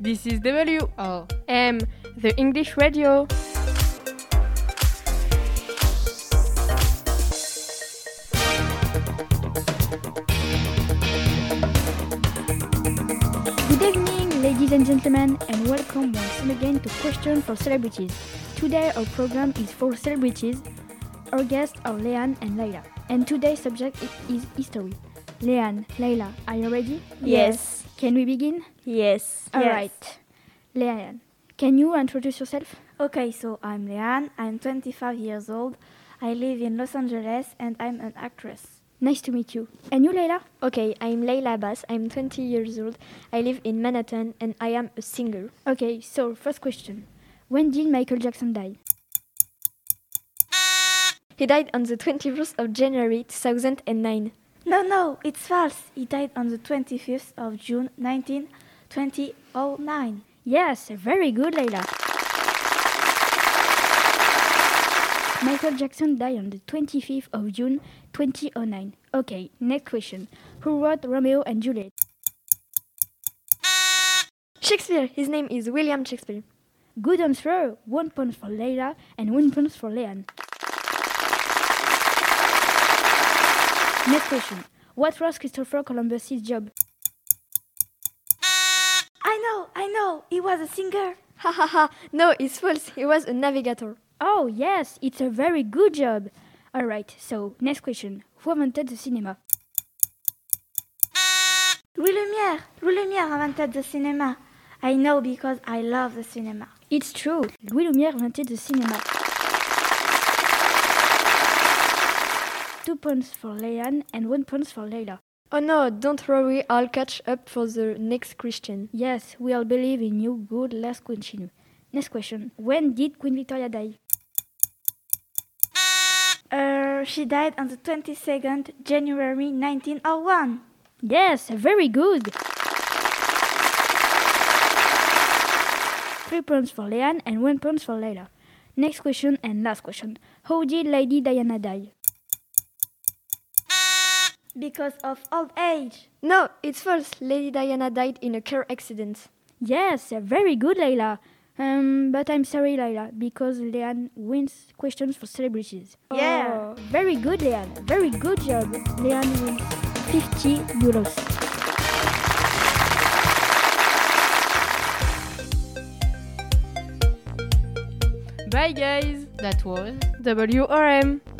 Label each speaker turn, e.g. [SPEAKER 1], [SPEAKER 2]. [SPEAKER 1] This is W.
[SPEAKER 2] Oh.
[SPEAKER 3] M, the English radio.
[SPEAKER 4] Good evening, ladies and gentlemen, and welcome once again to Question for Celebrities. Today, our program is for celebrities. Our guests are Leanne and Layla, and today's subject i- is history. Leanne, Layla, are you ready?
[SPEAKER 5] Yes.
[SPEAKER 4] Can we begin?
[SPEAKER 5] Yes.
[SPEAKER 4] All right. Leanne, can you introduce yourself?
[SPEAKER 5] Okay, so I'm Leanne. I'm 25 years old. I live in Los Angeles and I'm an actress.
[SPEAKER 4] Nice to meet you. And you, Layla?
[SPEAKER 6] Okay, I'm Leila Bass. I'm 20 years old. I live in Manhattan and I am a singer.
[SPEAKER 4] Okay, so first question. When did Michael Jackson die?
[SPEAKER 6] He died on the 21st of January 2009.
[SPEAKER 5] No, no, it's false. He died on the 25th of June 1909.
[SPEAKER 4] Yes, very good, Layla. Michael Jackson died on the 25th of June 2009. Okay, next question. Who wrote Romeo and Juliet?
[SPEAKER 6] Shakespeare. His name is William Shakespeare.
[SPEAKER 4] Good answer. One point for Layla and one point for Leanne. next question. What was Christopher Columbus's job?
[SPEAKER 5] I know, I know. He was a singer.
[SPEAKER 6] Ha ha ha. No, it's false. He was a navigator.
[SPEAKER 4] Oh, yes, it's a very good job. Alright, so next question. Who invented the cinema?
[SPEAKER 5] Louis Lumière. Louis Lumière invented the cinema. I know because I love the cinema.
[SPEAKER 4] It's true. Louis Lumière invented the cinema. Two points for Leanne and one point for Leila.
[SPEAKER 6] Oh no, don't worry. I'll catch up for the next question.
[SPEAKER 4] Yes, we all believe in you. Good, let's continue. Next question. When did Queen Victoria die?
[SPEAKER 5] Uh, she died on the 22nd January 1901.
[SPEAKER 4] Yes, very good. Three points for Leanne and one point for Leila. Next question and last question. How did Lady Diana die?
[SPEAKER 5] Because of old age.
[SPEAKER 6] No, it's false. Lady Diana died in a car accident.
[SPEAKER 4] Yes, very good, Leila. Um, but I'm sorry, Leila, because Leanne wins questions for celebrities.
[SPEAKER 5] Yeah.
[SPEAKER 4] Oh, very good, Leanne. Very good job. Leanne wins 50 euros.
[SPEAKER 1] Bye, guys.
[SPEAKER 2] That was
[SPEAKER 3] WRM.